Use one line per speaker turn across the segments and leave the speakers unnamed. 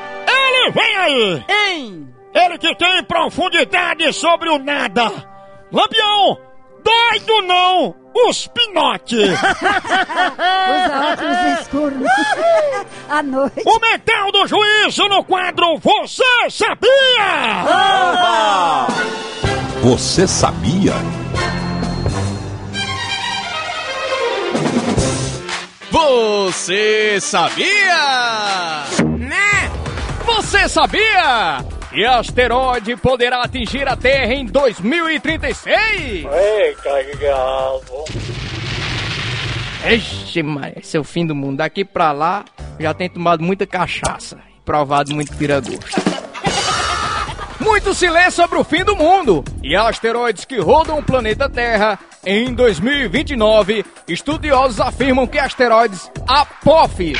que vem aí!
Hein?
Ele que tem profundidade sobre o nada! Lampião! Doido não! Os pinote!
Usa óculos escuros à noite.
o metal do juízo no quadro Você Sabia!
Você sabia?
Você sabia? Né? Você sabia? E asteroide poderá atingir a Terra em 2036?
Eita, que diabo.
Ixi, mas esse é o fim do mundo. Daqui pra lá, já tem tomado muita cachaça e provado muito piragosto. Muito se lê sobre o fim do mundo e asteroides que rodam o planeta Terra. Em 2029, estudiosos afirmam que asteroides Apophis.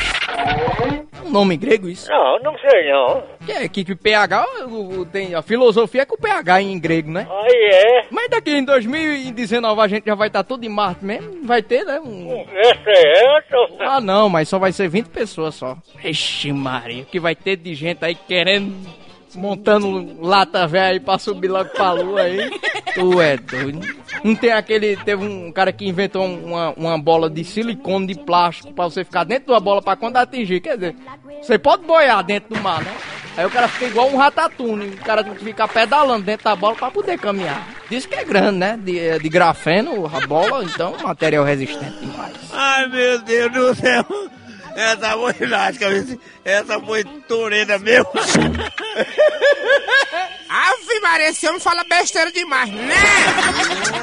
Um nome grego isso?
Não, não sei não.
Que é que que PH o- o- tem a filosofia é com PH em grego, né?
Aí é.
Mas daqui em 2019 a gente já vai estar tudo em Marte mesmo, vai ter, né? um-
Esse é essa.
Ah, não, mas só vai ser 20 pessoas só. Ixi, Maria, que vai ter de gente aí querendo. Montando lata velha aí pra subir logo pra lua aí. Tu é doido. Não tem aquele. Teve um cara que inventou uma, uma bola de silicone de plástico pra você ficar dentro da bola pra quando atingir. Quer dizer, você pode boiar dentro do mar, né? Aí o cara fica igual um ratatouille. O cara tem que ficar pedalando dentro da bola pra poder caminhar. Diz que é grande, né? De, de grafeno a bola, então material resistente demais.
Ai, meu Deus do céu. Essa foi ginástica, viu? essa foi torena mesmo.
Ave Maria, esse homem fala besteira demais, né?